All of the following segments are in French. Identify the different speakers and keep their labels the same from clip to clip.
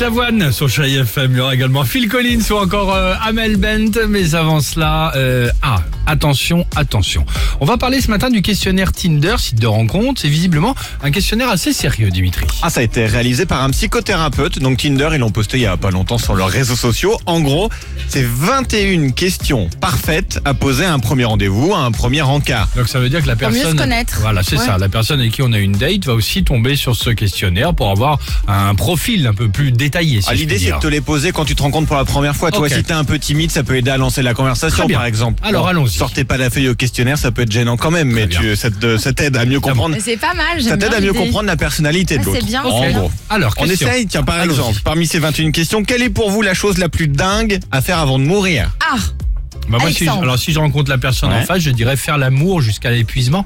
Speaker 1: Lavoine sur Chéri FM. Il y aura également Phil Collins ou encore euh, Amel Bent. Mais avant cela, euh, ah, attention, attention. On va parler ce matin du questionnaire Tinder, site de rencontre. C'est visiblement un questionnaire assez sérieux, Dimitri.
Speaker 2: Ah, ça a été réalisé par un psychothérapeute. Donc Tinder, ils l'ont posté il y a pas longtemps sur leurs réseaux sociaux. En gros, c'est 21 questions parfaites à poser à un premier rendez-vous, à un premier encart.
Speaker 1: Donc ça veut dire que la
Speaker 3: Pour mieux
Speaker 1: personne...
Speaker 3: se connaître.
Speaker 1: Voilà, c'est
Speaker 3: Ouais.
Speaker 1: ça. La personne avec qui on a une date va aussi tomber sur ce questionnaire pour avoir un profil un peu plus détaillé. si
Speaker 2: Ah,
Speaker 1: je
Speaker 2: L'idée,
Speaker 1: puis
Speaker 2: c'est de
Speaker 1: dire.
Speaker 2: te les poser quand tu te rencontres pour la première fois. Toi,
Speaker 1: Ok.
Speaker 2: si t'es un peu timide, ça peut aider à lancer la
Speaker 1: Très
Speaker 2: conversation,
Speaker 1: bien.
Speaker 2: par exemple.
Speaker 1: Alors, allons-y.
Speaker 2: Sortez pas la feuille au questionnaire, ça peut être gênant quand même, mais
Speaker 1: bien.
Speaker 2: tu, ça te- ça t'aide à mieux comprendre.
Speaker 3: Mais C'est pas mal,
Speaker 2: Ça
Speaker 3: j'aime
Speaker 2: t'aide
Speaker 3: bien
Speaker 2: à mieux
Speaker 3: l'idée.
Speaker 2: comprendre la personnalité de
Speaker 3: Ah, c'est
Speaker 2: l'autre.
Speaker 3: bien,
Speaker 2: en
Speaker 3: c'est bien.
Speaker 2: gros.
Speaker 1: Alors,
Speaker 2: On
Speaker 1: question.
Speaker 2: essaye, tiens, par
Speaker 1: Allons-y.
Speaker 2: exemple, parmi ces 21 questions, quelle est pour vous la chose la plus dingue à faire avant de mourir
Speaker 3: Ah,
Speaker 1: Bah, moi, si je,
Speaker 3: Alexandre.
Speaker 1: alors si je rencontre la personne en
Speaker 2: Ouais.
Speaker 1: face, je dirais faire l'amour jusqu'à l'épuisement.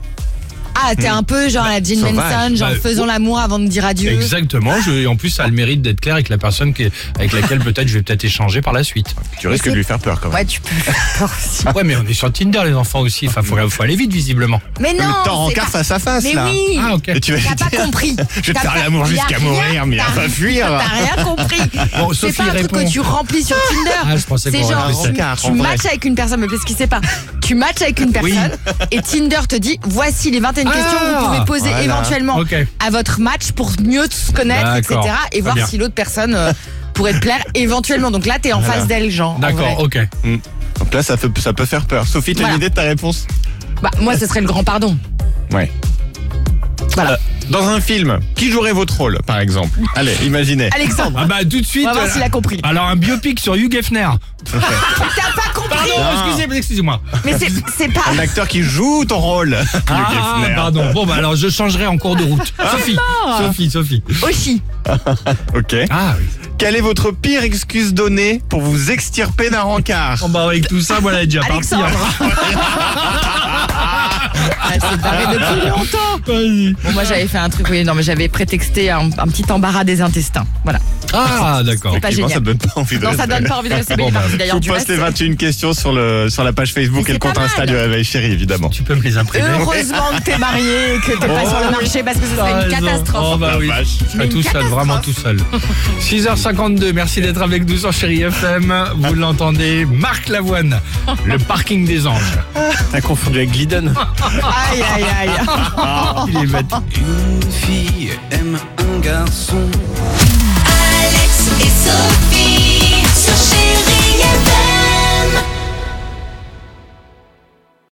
Speaker 4: Ah, t'es un peu genre la Jean
Speaker 2: Sauvage.
Speaker 4: Manson, genre
Speaker 1: Bah,
Speaker 4: faisons l'amour avant de dire adieu.
Speaker 1: Exactement. Je, et en plus, ça a le mérite d'être clair avec la personne qui, avec laquelle peut-être je vais peut-être échanger par la suite.
Speaker 2: Tu risques
Speaker 3: c'est-
Speaker 2: de lui faire peur quand même.
Speaker 3: ouais, tu peux.
Speaker 1: Ouais, mais on est sur Tinder, les enfants aussi. Enfin, faut, faut aller vite, visiblement.
Speaker 4: Mais
Speaker 2: Mais
Speaker 4: non
Speaker 2: t'en
Speaker 4: c'est
Speaker 2: rencardes
Speaker 4: pas-
Speaker 2: face à face
Speaker 4: Mais
Speaker 2: là.
Speaker 4: oui
Speaker 1: Ah, ok.
Speaker 2: Et tu vas lui
Speaker 4: T'as pas
Speaker 2: dire,
Speaker 4: compris
Speaker 2: Je vais te
Speaker 4: T'as
Speaker 2: faire
Speaker 4: pas-
Speaker 2: l'amour
Speaker 4: y a
Speaker 2: jusqu'à
Speaker 4: rien,
Speaker 2: mourir, mais
Speaker 4: t'as
Speaker 2: à pas
Speaker 4: rien,
Speaker 2: fuir.
Speaker 4: T'as rien compris
Speaker 1: Ah. Bon,
Speaker 4: C'est
Speaker 1: Sophie
Speaker 4: pas un truc
Speaker 1: répond.
Speaker 4: que tu remplis sur
Speaker 1: Ah,
Speaker 4: Tinder
Speaker 1: je pensais
Speaker 4: C'est
Speaker 1: qu'on
Speaker 4: genre,
Speaker 1: remplissait.
Speaker 4: tu,
Speaker 2: Rencard,
Speaker 4: tu
Speaker 2: en vrai.
Speaker 4: matches avec une personne, mais parce qu'il sait pas. Tu matches avec une
Speaker 1: Oui. Ah.
Speaker 4: personne et Tinder te dit voici les 21 questions que vous pouvez poser
Speaker 2: voilà.
Speaker 4: éventuellement
Speaker 1: Ok.
Speaker 4: à votre match pour mieux se connaître, etc.
Speaker 1: D'accord. Très
Speaker 4: Et voir
Speaker 1: bien.
Speaker 4: si l'autre personne euh, pourrait te plaire éventuellement. Donc là, t'es en
Speaker 2: Voilà.
Speaker 4: face d'elle, genre. en vrai.
Speaker 1: D'accord, ok.
Speaker 2: Donc là, ça, fait- ça peut faire peur. Sophie, t'as
Speaker 4: Voilà.
Speaker 2: une idée de ta réponse
Speaker 4: Bah, moi, ce serait le grand pardon.
Speaker 2: Ouais. Euh,
Speaker 4: Voilà.
Speaker 2: Dans un film, qui jouerait votre rôle, par exemple Allez, imaginez.
Speaker 4: Alexandre,
Speaker 1: Ah bah tout de suite.
Speaker 4: on va voir
Speaker 1: euh,
Speaker 4: s'il a compris.
Speaker 1: alors un biopic sur Hugh Hefner.
Speaker 4: T'as pas compris
Speaker 1: Pardon,
Speaker 2: Non.
Speaker 1: excusez- excusez-moi.
Speaker 4: Mais c'est c'est pas.
Speaker 2: Un acteur qui joue ton rôle.
Speaker 1: Ah,
Speaker 2: Hefner.
Speaker 1: pardon. Bon bah alors je changerai en cours de route. Sophie, Sophie, Sophie.
Speaker 4: Oshi.
Speaker 2: Ok.
Speaker 1: Ah oui.
Speaker 2: Quelle est votre pire excuse donnée pour vous extirper d'un rencard
Speaker 1: Bon bah avec tout ça, voilà déjà hein. parti.
Speaker 4: Alexandre. Ah, c'est barré depuis longtemps.
Speaker 1: Vas-y.
Speaker 4: Bon, moi, j'avais fait un truc, oui, non, mais j'avais prétexté un, un petit embarras des intestins. Voilà.
Speaker 1: Ah d'accord.
Speaker 4: C'est pas
Speaker 2: Effectivement,
Speaker 4: génial.
Speaker 2: ça donne pas envie de
Speaker 4: Non, ça
Speaker 2: rester.
Speaker 4: donne pas envie de rester, mais
Speaker 1: Bon,
Speaker 4: il est
Speaker 1: bah,
Speaker 4: parti
Speaker 2: Je
Speaker 4: d'ailleurs
Speaker 2: vous
Speaker 4: du
Speaker 2: poste
Speaker 4: reste.
Speaker 2: les 21 questions sur, le, sur la page Facebook
Speaker 4: Mais
Speaker 2: et le
Speaker 4: c'est
Speaker 2: compte
Speaker 4: pas
Speaker 2: Insta
Speaker 4: mal.
Speaker 2: du Réveil Chéri, évidemment.
Speaker 1: Tu peux me les imprimer.
Speaker 4: Heureusement que t'es marié et que t'es pas
Speaker 1: Oh,
Speaker 4: sur le marché parce que ce serait une
Speaker 1: T'as raison. Oh
Speaker 4: catastrophe.
Speaker 1: bah
Speaker 2: La
Speaker 1: oui.
Speaker 2: vache.
Speaker 1: Je serais tout seul, vraiment tout seul. 6h52, merci d'être avec nous sur Chéri FM. Vous l'entendez, Marc Lavoine, le parking des anges.
Speaker 2: T'as confondu avec Glidden
Speaker 4: Aïe, aïe, aïe.
Speaker 1: Il est bête.
Speaker 5: Une fille aime un garçon.
Speaker 6: Alex et Sophie.